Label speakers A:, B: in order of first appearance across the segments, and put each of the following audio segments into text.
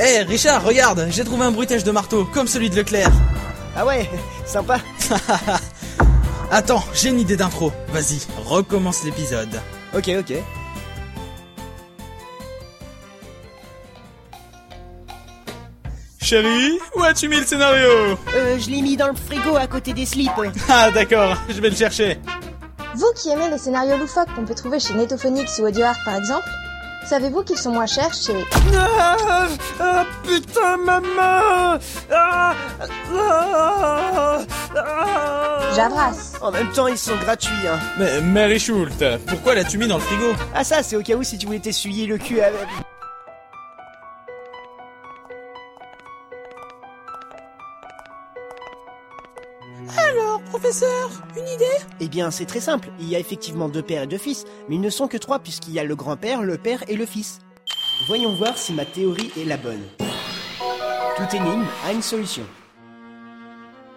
A: Eh Richard, regarde, j'ai trouvé un bruitage de marteau, comme celui de Leclerc.
B: Ah ouais, sympa.
A: Attends, j'ai une idée d'intro. Vas-y, recommence l'épisode.
B: Ok, ok.
A: Chérie, où as-tu mis le scénario
C: Euh, je l'ai mis dans le frigo à côté des slips.
A: Ah d'accord, je vais le chercher.
D: Vous qui aimez les scénarios loufoques qu'on peut trouver chez Netophonix ou AudioArt par exemple, savez-vous qu'ils sont moins chers chez...
B: Ah, ah, putain, maman Ah, ah, ah.
D: Javras
B: En même temps, ils sont gratuits. Hein.
A: Mais Mary Schult, pourquoi l'as-tu mis dans le frigo
B: Ah ça, c'est au cas où si tu voulais t'essuyer le cul avec...
A: Alors, professeur, une idée
B: Eh bien, c'est très simple. Il y a effectivement deux pères et deux fils, mais ils ne sont que trois puisqu'il y a le grand-père, le père et le fils. Voyons voir si ma théorie est la bonne. Toute énigme a une solution.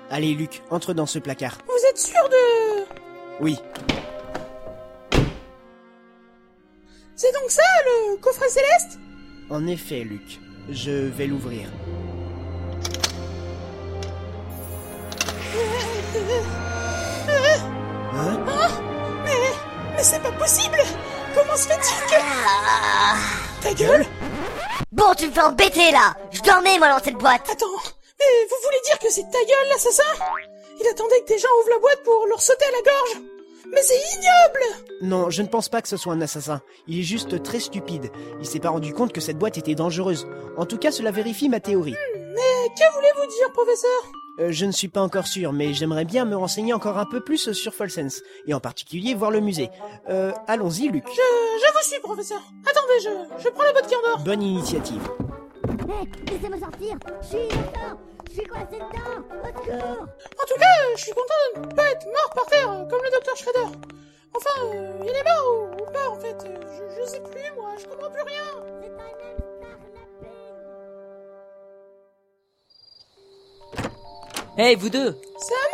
B: Allez, Luc, entre dans ce placard.
E: Vous êtes sûr de...
B: Oui,
E: C'est donc ça, le coffret céleste
B: en effet, Luc. Je vais l'ouvrir. Hein
E: Mais c'est pas possible Comment se fait-il que... Ta gueule
F: Bon, tu me fais embêter là Je dormais moi dans cette boîte
E: Attends, mais vous voulez dire que c'est ta gueule, l'assassin Il attendait que des gens ouvrent la boîte pour leur sauter à la gorge Mais c'est ignoble
B: Non, je ne pense pas que ce soit un assassin. Il est juste très stupide. Il s'est pas rendu compte que cette boîte était dangereuse. En tout cas, cela vérifie ma théorie.
E: Mais que voulez-vous dire, professeur
B: Euh, je ne suis pas encore sûr, mais j'aimerais bien me renseigner encore un peu plus sur Folsense, et en particulier voir le musée. Euh, allons-y, Luc.
E: Je... je vous suis, professeur Attendez, je... je prends la boîte qui endort
B: Bonne initiative.
F: Mec, laissez-moi sortir Je suis innocent Je suis coincé dedans Au secours
E: En tout cas, euh, je suis content de ne pas être mort par terre, euh, comme le docteur Shredder Enfin, euh, il est mort ou, ou pas, en fait euh, je... je sais plus, moi, je comprends plus rien
G: Hey, vous deux
E: Sam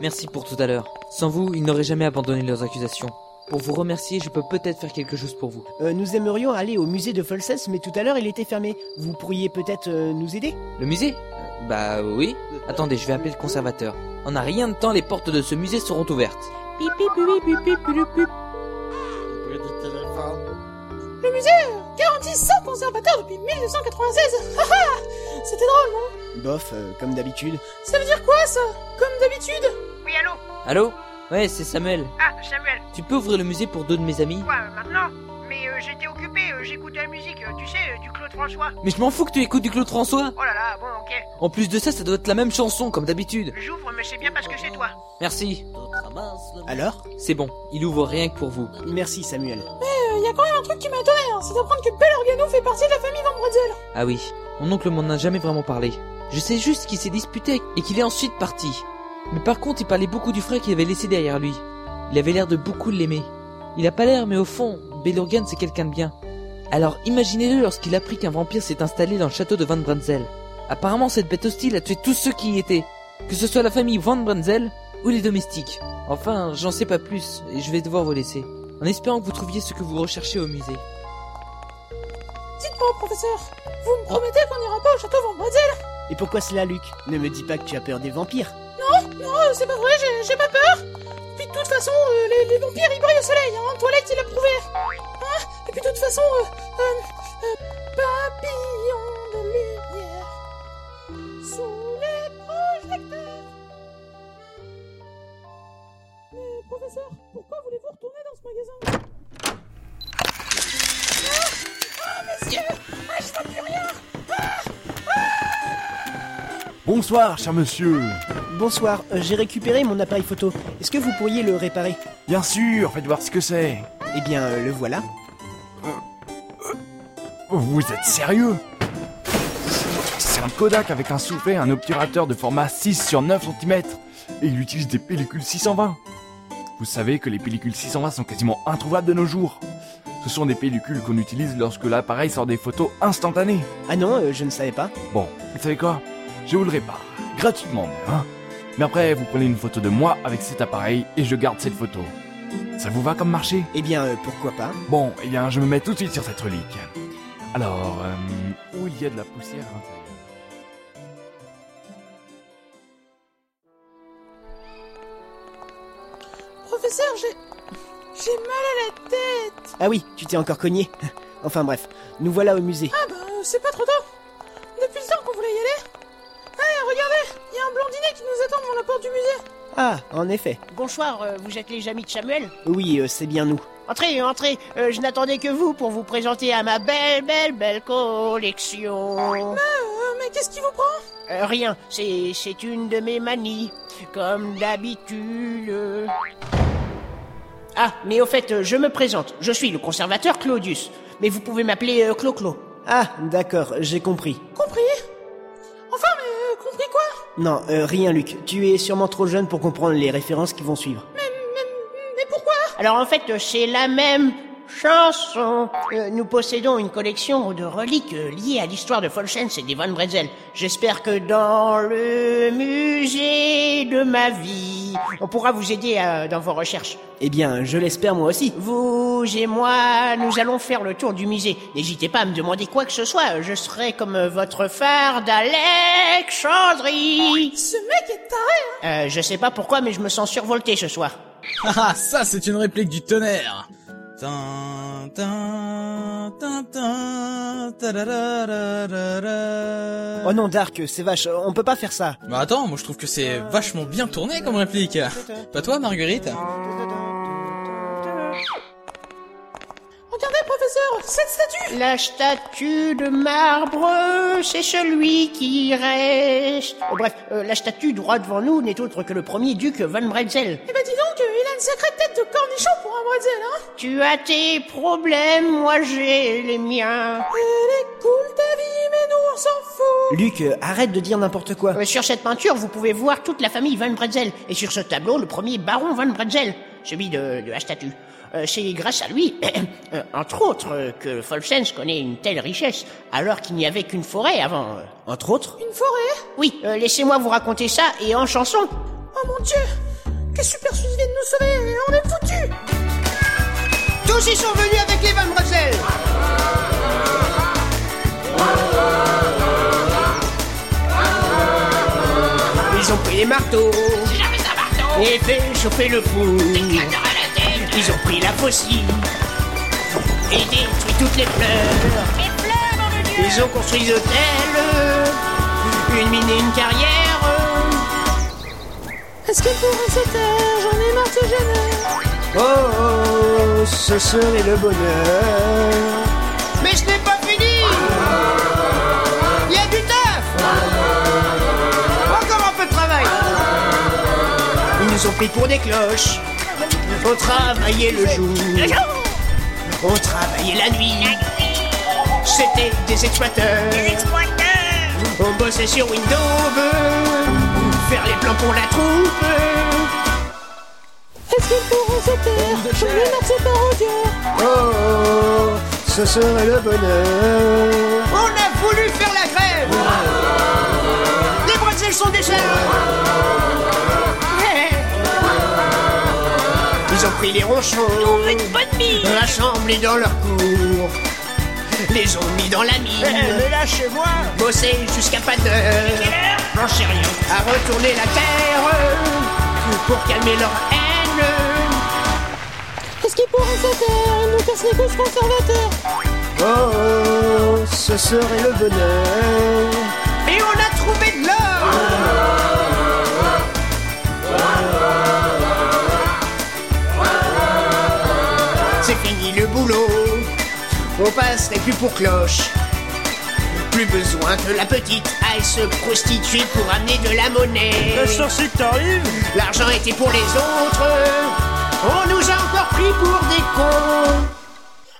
G: Merci pour tout à l'heure. Sans vous, ils n'auraient jamais abandonné leurs accusations. Pour vous remercier, je peux peut-être faire quelque chose pour vous.
B: Euh, nous aimerions aller au musée de Folsense, mais tout à l'heure il était fermé. Vous pourriez peut-être euh, nous aider
G: Le musée Euh, Bah oui. Attendez, je vais appeler le conservateur. En un rien de temps, les portes de ce musée seront ouvertes.
E: Le musée euh, garantit 100 conservateurs depuis 1996 Ah ah C'était drôle, non
B: Bof, euh, comme d'habitude.
E: Ça veut dire quoi, ça Comme d'habitude
H: Oui, allô
G: Allô Ouais, c'est Samuel.
H: Ah, Samuel,
G: Tu peux ouvrir le musée pour deux de mes amis
H: quoi, euh, maintenant Mais euh, j'étais occupé, euh, j'écoutais la musique, euh, tu sais, euh, du Claude François.
G: Mais je m'en fous que tu écoutes du Claude François
H: Oh là là, bon, ok.
G: En plus de ça, ça doit être la même chanson, comme d'habitude.
H: J'ouvre, mais c'est bien parce que c'est toi.
G: Merci.
B: Alors
G: C'est bon, il ouvre rien que pour vous.
B: Merci, Samuel.
E: Il y a quand même un truc qui m'a étonné, hein, c'est d'apprendre que Bel Organo fait partie de la famille Van Bretzel.
G: Ah oui, mon oncle m'en a jamais vraiment parlé. Je sais juste qu'il s'est disputé et qu'il est ensuite parti. Mais par contre, il parlait beaucoup du frère qu'il avait laissé derrière lui. Il avait l'air de beaucoup l'aimer. Il a pas l'air, mais au fond, Bellorgan c'est quelqu'un de bien. Alors imaginez-le lorsqu'il apprit qu'un vampire s'est installé dans le château de Van Branzel. Apparemment, cette bête hostile a tué tous ceux qui y étaient, que ce soit la famille Van Branzel ou les domestiques. Enfin, j'en sais pas plus et je vais devoir vous laisser, en espérant que vous trouviez ce que vous recherchez au musée.
E: Dites-moi, professeur, vous me promettez qu'on n'ira pas au château Van Bretzel
B: Et pourquoi cela, Luc Ne me dis pas que tu as peur des vampires.
E: Non, euh, c'est pas vrai, j'ai- j'ai pas peur Puis de toute façon, euh, les, les vampires, ils brillent au soleil, hein, toilette, il a prouvé Hein Et puis de toute façon, euh, euh, euh, papillon de lumière sous les projecteurs Mais professeur, pourquoi voulez-vous retourner dans ce magasin
I: Bonsoir, cher monsieur.
B: Bonsoir, euh, j'ai récupéré mon appareil photo. Est-ce que vous pourriez le réparer
I: Bien sûr, faites voir ce que c'est.
B: Eh bien, euh, le voilà.
I: Vous êtes sérieux C'est un Kodak avec un soufflet, un obturateur de format 6 sur 9 cm. Et il utilise des pellicules 620. Vous savez que les pellicules 620 sont quasiment introuvables de nos jours. Ce sont des pellicules qu'on utilise lorsque l'appareil sort des photos instantanées.
B: Ah non, euh, je ne savais pas.
I: Bon, vous savez quoi Je vous le répare. Gratuitement, même, hein. Mais après, vous prenez une photo de moi avec cet appareil et je garde cette photo. Ça vous va comme marché
B: Eh bien, euh, pourquoi pas
I: Bon, eh bien, je me mets tout de suite sur cette relique. Alors, euh, où il y a de la poussière à l'intérieur
E: Professeur, j'ai. J'ai mal à la tête.
J: Ah oui, tu t'es encore cogné. Enfin bref, nous voilà au musée.
E: Ah bah, euh, c'est pas trop tard. Depuis le temps qu'on voulait y aller. Allez, regardez, il y a un blondinet qui nous attend devant la porte du musée.
J: Ah, en effet.
B: Bonsoir, euh, vous êtes les amis de Samuel
J: Oui, euh, c'est bien nous.
B: Entrez, entrez, euh, je n'attendais que vous pour vous présenter à ma belle, belle, belle collection.
E: Euh, mais qu'est-ce qui vous prend
B: Euh, rien, c'est c'est une de mes manies, comme d'habitude. Ah, mais au fait, euh, je me présente, je suis le conservateur Claudius, mais vous pouvez m'appeler euh, Clo-Clo.
J: Ah, d'accord, j'ai compris.
E: Compris Enfin, mais euh, compris quoi
J: Non, euh, rien Luc, tu es sûrement trop jeune pour comprendre les références qui vont suivre.
E: Mais pourquoi
B: Alors en fait, euh, c'est la même chanson. Euh, nous possédons une collection de reliques euh, liées à l'histoire de Folchens et d'Ivan Bretzel. J'espère que dans le musée de ma vie, on pourra vous aider euh, dans vos recherches.
J: Eh bien, je l'espère moi aussi.
B: Vous et moi, nous allons faire le tour du musée. N'hésitez pas à me demander quoi que ce soit. Je serai comme euh, votre phare d'Alexandrie.
E: Ce mec est taré, hein
B: Euh, je sais pas pourquoi, mais je me sens survolté ce soir.
A: Ah, ah, ça, c'est une réplique du tonnerre. Tin, tin, tin, tin, tadadadadadada.
J: Oh non, Dark, c'est vache, on peut pas faire ça.
A: Bah attends, moi je trouve que c'est vachement bien tourné comme réplique. Pas toi, Marguerite
E: Regardez, professeur, cette statue
B: La statue de marbre, c'est celui qui reste. Oh, bref, euh, la statue droit devant nous n'est autre que le premier duc Van Bretzel.
E: Eh ben dis donc, euh, il a une sacrée tête de cornichon pour un bretzel, hein
B: Tu as tes problèmes, moi j'ai les miens.
E: Elle est cool ta vie, mais nous on s'en fout
J: Luc, euh, arrête de dire n'importe quoi.
B: Euh, sur cette peinture, vous pouvez voir toute la famille Van Bretzel. Et sur ce tableau, le premier baron Van Bretzel, celui de, de la statue. Euh, c'est grâce à lui, euh, entre autres, euh, que Folsens connaît une telle richesse, alors qu'il n'y avait qu'une forêt avant. euh.
J: Entre autres
E: Une forêt
B: Oui, euh, laissez-moi vous raconter ça, et en chanson.
E: Oh mon dieu Quel super suisse vient de nous sauver et On est foutus
B: Tous y sont venus avec les Van Bretzel Ils ont pris les marteaux et fait chauffer le four. Ils ont pris la faucille et détruit toutes les fleurs. Ils ont construit des hôtels, une mine et une carrière.
E: Est-ce que pour cette heure, j'en ai marre de ce jeune homme
J: Oh, oh, ce serait le bonheur.
B: Mais ce n'est pas fini Il y a du taf Encore un peu de travail Ils nous ont pris pour des cloches On travaillait le jour On travaillait la nuit C'était des exploiteurs On bossait sur Windows Faire les plans pour la troupe
E: Est-ce que pour cette heure, j'en ai marre de cette ordure
J: Oh, oh, ce serait le bonheur.
B: On a voulu faire la grève Les Bruxelles sont déjà Ils ont pris les ronchons, rassemblés dans leur cour, les ont mis dans la mine. Eh, mais lâchez-moi Bosser jusqu'à pas d'heure, j'en sais rien, à retourner la terre pour calmer leur haine.
E: Est-ce que pour cette heure, ils nous cassent les couches conservateurs
J: Oh, oh, ce serait le bonheur.
B: Et on a trouvé de l'or C'est fini le boulot, on passerait plus pour cloche. Plus besoin que la petite aille se prostituer pour amener de la monnaie. L'argent était pour les autres, on nous a encore pris pour des cons.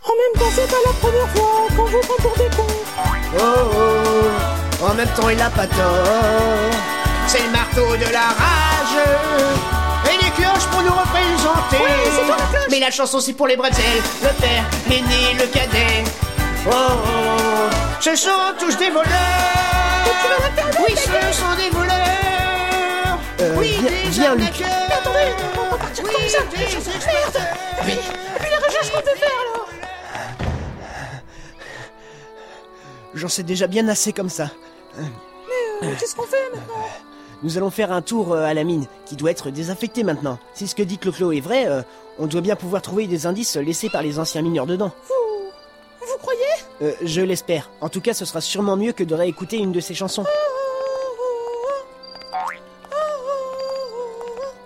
E: En même temps, c'est pas la première fois qu'on vous prend pour des cons
J: Oh, oh, en même temps, il a pas tort.
B: C'est le marteau de la rage et les cloches pour nous représenter.
E: c'est toi, la cloche.
B: Mais la chanson c'est pour les bretelles, le père, l'aîné, le cadet. Oh, oh, ce sont tous des voleurs. Oui, ce sont des voleurs.
J: Euh,
B: oui,
J: viens-
B: des
J: viens, Luc.
B: arnaqueurs.
E: Mais attendez, on va partir
B: Oui,
E: comme ça,
B: des
E: les choses sont
B: experts.
E: vertes. Et puis, et puis les recherches qu'on peut faire alors
B: j'en sais déjà bien assez comme ça.
E: Mais euh, qu'est-ce qu'on fait maintenant
B: Nous allons faire un tour euh, à la mine, qui doit être désaffectée maintenant. Si ce que dit Cloclo est vrai, euh, on doit bien pouvoir trouver des indices laissés par les anciens mineurs dedans.
E: Vous... Vous croyez
B: Euh, je l'espère. En tout cas, ce sera sûrement mieux que de réécouter une de ses chansons.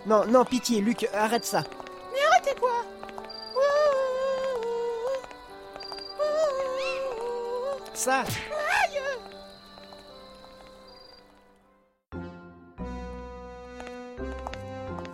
B: Non, non, pitié, Luc, arrête ça.
E: Mais arrêtez quoi
B: Ça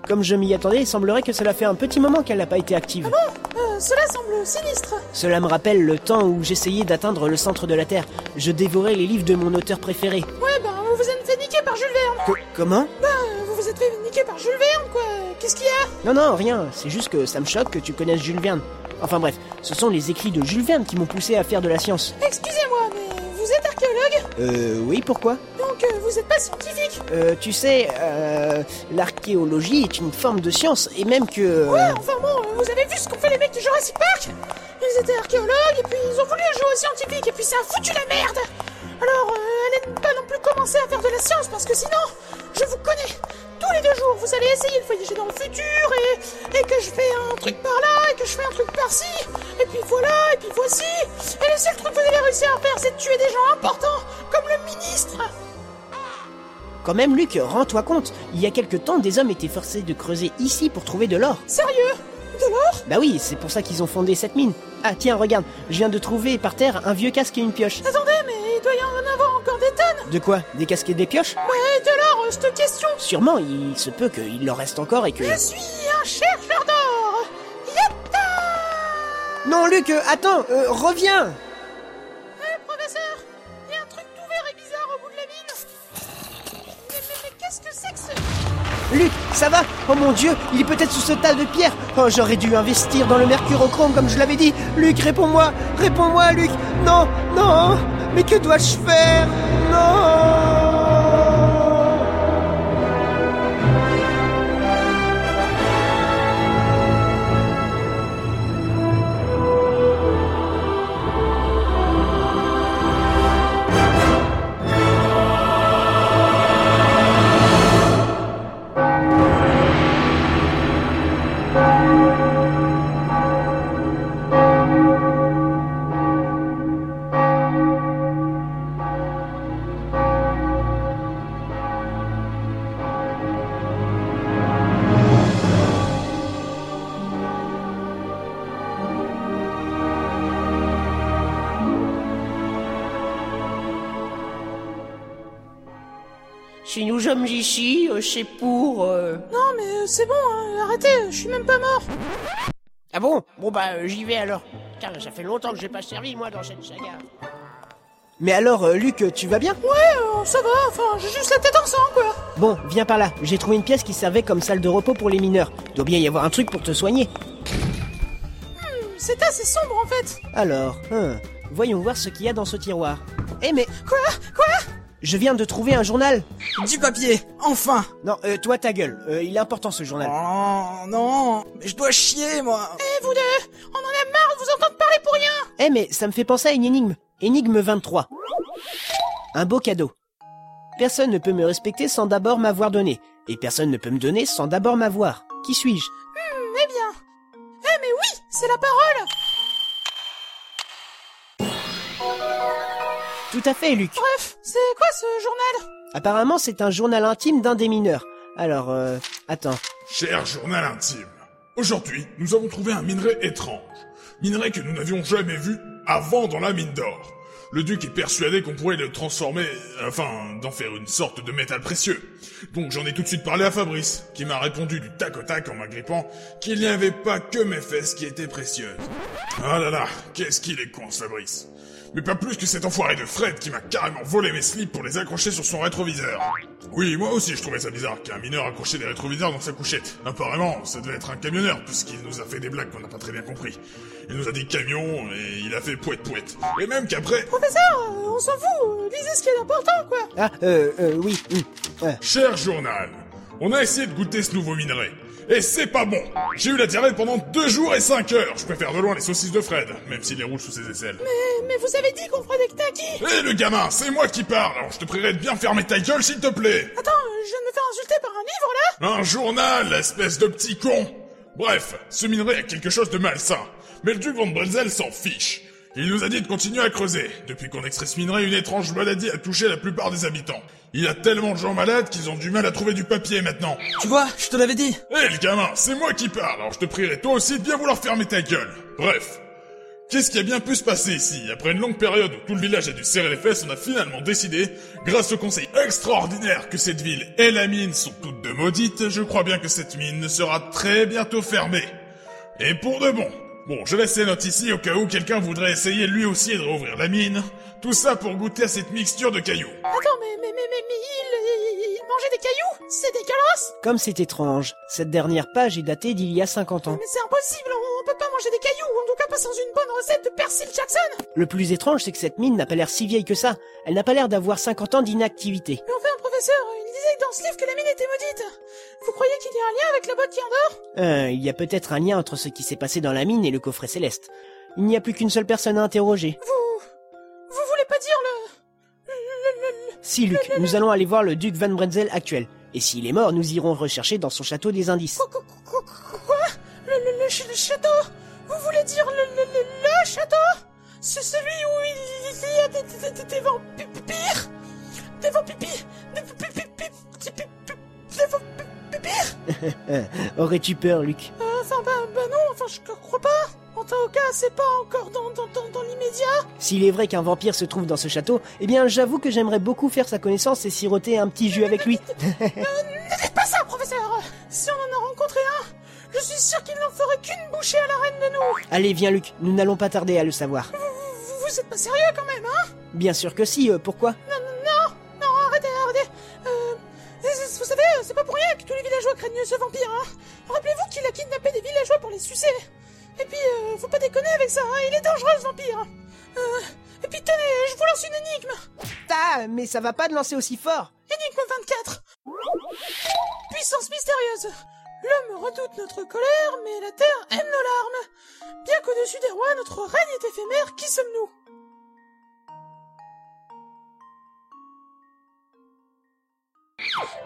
B: Comme je m'y attendais, il semblerait que cela fait un petit moment qu'elle n'a pas été active.
E: Euh, Cela semble sinistre.
B: Cela me rappelle le temps où j'essayais d'atteindre le centre de la Terre. Je dévorais les livres de mon auteur préféré.
E: Ouais, ben, vous vous êtes fait niquer par Jules Verne.
B: Co- comment
E: Euh, Vous vous êtes fait niquer par Jules Verne, quoi. Qu'est-ce qu'il y
B: Non,
E: a
B: non, rien. C'est juste que ça me choque que tu connaisses Jules Verne. Enfin bref, ce sont les écrits de Jules Verne qui m'ont poussé à faire de la science.
E: Excusez-moi, mais vous êtes archéologue,
B: Euh, oui, pourquoi
E: donc euh, vous êtes pas scientifique.
B: Euh, tu sais, euh, l'archéologie est une forme de science, et même que...
E: Ouais, enfin bon, euh, vous avez vu ce qu'ont fait les mecs de Jurassic Park Ils étaient archéologues et puis ils ont voulu jouer aux scientifiques et puis ça a foutu la merde Alors, euh, allez pas non plus commencer à faire de la science parce que sinon, je vous connais Tous les deux jours, vous allez essayer de voyager dans le futur et, et que je fais un truc par là et que je fais un truc par-ci et puis voilà et puis voici Et le seul truc que vous allez réussir à faire, c'est de tuer des gens importants comme le ministre
B: Quand même, Luc, rends-toi compte, il y a quelque temps, des hommes étaient forcés de creuser ici pour trouver de l'or.
E: Sérieux De l'or
B: Bah oui, c'est pour ça qu'ils ont fondé cette mine. Ah tiens, regarde, je viens de trouver par terre un vieux casque et une pioche.
E: Attendez, mais il doit y en avoir encore des tonnes
B: De quoi Des casques et des pioches
E: Ouais, de l'or, euh, cette question
B: Sûrement, il se peut qu'il en reste encore et que...
E: Je suis un chercheur d'or Yatta
B: Non, Luc, euh, attends, euh, reviens
E: Hé, professeur Il y a un truc tout vert et bizarre au bout de la mine Mais, mais- mais qu'est-ce que c'est que ce...
B: Luc, ça va Oh mon dieu, il est peut-être sous ce tas de pierres Oh, j'aurais dû investir dans le mercurochrome comme je l'avais dit Luc, réponds-moi Réponds-moi, Luc Non Non Mais que dois-je faire Non
K: Si nous sommes ici, euh, c'est pour... euh,
E: Non, mais euh, c'est bon, hein, arrêtez, je suis même pas mort
K: Ah bon Bon bah euh, j'y vais alors. Putain, ça fait longtemps que j'ai pas servi moi dans cette saga.
B: Mais alors, euh, Luc, tu vas bien
E: Ouais, euh, ça va, enfin, j'ai juste la tête en sang, quoi
B: Bon, viens par là. J'ai trouvé une pièce qui servait comme salle de repos pour les mineurs. Doit bien y avoir un truc pour te soigner.
E: Hum, C'est assez sombre, en fait
B: Alors, hein, voyons voir ce qu'il y a dans ce tiroir. Eh mais,
E: Quoi Quoi
B: je viens de trouver un journal
A: Du papier, enfin
B: Non, euh, toi ta gueule. Euh, il est important ce journal.
A: Oh non, mais je dois chier moi
E: Eh, vous deux On en a marre de vous entendre parler pour rien
B: Eh mais ça me fait penser à une énigme. Énigme 23. Un beau cadeau. Personne ne peut me respecter sans d'abord m'avoir donné. Et personne ne peut me donner sans d'abord m'avoir. Qui suis-je
E: Hum, Eh bien Eh, mais oui C'est la parole
B: Tout à fait, Luc.
E: Bref, c'est quoi ce journal
B: Apparemment, c'est un journal intime d'un des mineurs. Alors, euh, attends.
J: Cher journal intime, aujourd'hui, nous avons trouvé un minerai étrange. Minerai que nous n'avions jamais vu avant dans la mine d'or. Le duc est persuadé qu'on pourrait le transformer, enfin, d'en faire une sorte de métal précieux. Donc j'en ai tout de suite parlé à Fabrice, qui m'a répondu du tac au tac en m'agrippant qu'il n'y avait pas que mes fesses qui étaient précieuses. Ah là là, qu'est-ce qu'il est con ce Fabrice. Mais pas plus que cet enfoiré de Fred qui m'a carrément volé mes slips pour les accrocher sur son rétroviseur. Oui, moi aussi je trouvais ça bizarre qu'un mineur accrochait des rétroviseurs dans sa couchette. Apparemment, ça devait être un camionneur, puisqu'il nous a fait des blagues qu'on n'a pas très bien compris. Il nous a dit camion, et il a fait pouette pouette. Et même qu'après,
E: Professeur, euh, on s'en fout, euh, lisez ce qui est important, quoi
B: Ah, euh, euh, oui. hum, ouais.
J: cher journal, on a essayé de goûter ce nouveau minerai. Et c'est pas bon J'ai eu la diarrhée pendant deux jours et 5 heures Je préfère de loin les saucisses de Fred, même s'il les roule sous ses aisselles.
E: Mais, mais vous avez dit qu'on ferait des taquis
J: Hé le gamin, c'est moi qui parle, alors je te prierai de bien fermer ta gueule s'il te plaît
E: Attends, euh, je viens de me faire insulter par un livre là
J: Un journal, espèce de petit con Bref, ce minerai a quelque chose de malsain, mais le duc Van Brenzel s'en fiche. Il nous a dit de continuer à creuser. Depuis qu'on extrait ce minerai, une étrange maladie a touché la plupart des habitants. Il a tellement de gens malades qu'ils ont du mal à trouver du papier maintenant.
G: Tu vois, je te l'avais dit.
J: Hé le gamin, c'est moi qui parle, alors je te prierai toi aussi de bien vouloir fermer ta gueule. Bref. Qu'est-ce qui a bien pu se passer ici Après une longue période où tout le village a dû serrer les fesses, on a finalement décidé, grâce au conseil extraordinaire que cette ville et la mine sont toutes deux maudites, je crois bien que cette mine sera très bientôt fermée. Et pour de bon. Bon, je laisse ces notes ici au cas où quelqu'un voudrait essayer lui aussi de rouvrir la mine. Tout ça pour goûter à cette mixture de cailloux.
E: Attends, mais, mais, mais, mais, mais il, il mangeait des cailloux C'est dégueulasse
B: Comme c'est étrange, cette dernière page est datée d'il y a 50 ans.
E: Mais c'est impossible, on, on peut pas manger des cailloux, en tout cas pas sans une bonne recette de Persil Jackson
B: Le plus étrange, c'est que cette mine n'a pas l'air si vieille que ça. Elle n'a pas l'air d'avoir 50 ans d'inactivité.
E: Mais enfin, professeur, il disait dans ce livre que la mine était maudite Vous croyez qu'il y a un lien avec la boîte qui endort
B: Euh, il y a peut-être un lien entre ce qui s'est passé dans la mine et le coffret céleste. Il n'y a plus qu'une seule personne à interroger.
E: Vous... Vous voulez pas dire le... le- le- le-
B: Si, Luc, nous allons aller voir le duc Van Brenzel actuel. Et s'il est mort, nous irons rechercher dans son château des indices.
E: Quoi le, le, le ch- le château Vous voulez dire le, le, le, le château C'est celui où il, il y a des, des, des, des vampires Des vampires Des vampires Des vampires
B: Aurais-tu peur, Luc
E: Euh, Enfin, ben, ben non, enfin, je crois pas En tout cas, c'est pas encore dans, dans, dans, dans l'immédiat
B: S'il est vrai qu'un vampire se trouve dans ce château, eh bien j'avoue que j'aimerais beaucoup faire sa connaissance et siroter un petit jus avec lui.
E: Ne dites pas ça, professeur Si on en a rencontré un, je suis sûr qu'il n'en ferait qu'une bouchée à la reine de nous
B: Allez, viens Luc, nous n'allons pas tarder à le savoir.
E: Vous, vous êtes pas sérieux quand même, hein
B: Bien sûr que si, euh, pourquoi
E: Non, non, non, non, arrêtez, arrêtez. Euh, vous vous savez, c'est pas pour rien que tous les villageois craignent ce vampire. Hein. Rappelez-vous qu'il a kidnappé des villageois pour les sucer. Et puis, euh, faut pas déconner avec ça, hein, il est dangereux ce vampire. Euh, et puis tenez, je vous lance une énigme.
B: Ah, mais ça va pas de lancer aussi fort
E: Énigme 24. Puissance mystérieuse. L'homme redoute notre colère, mais la terre aime nos larmes. Bien qu'au-dessus des rois, notre règne est éphémère, qui sommes-nous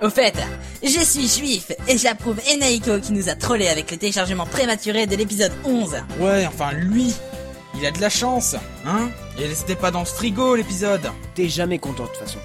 L: Au fait, je suis juif et j'approuve Enaiko qui nous a trollé avec le téléchargement prématuré de l'épisode 11.
A: Ouais, enfin lui, il a de la chance, hein Et c'était pas dans ce frigo l'épisode.
B: T'es jamais content de toute façon.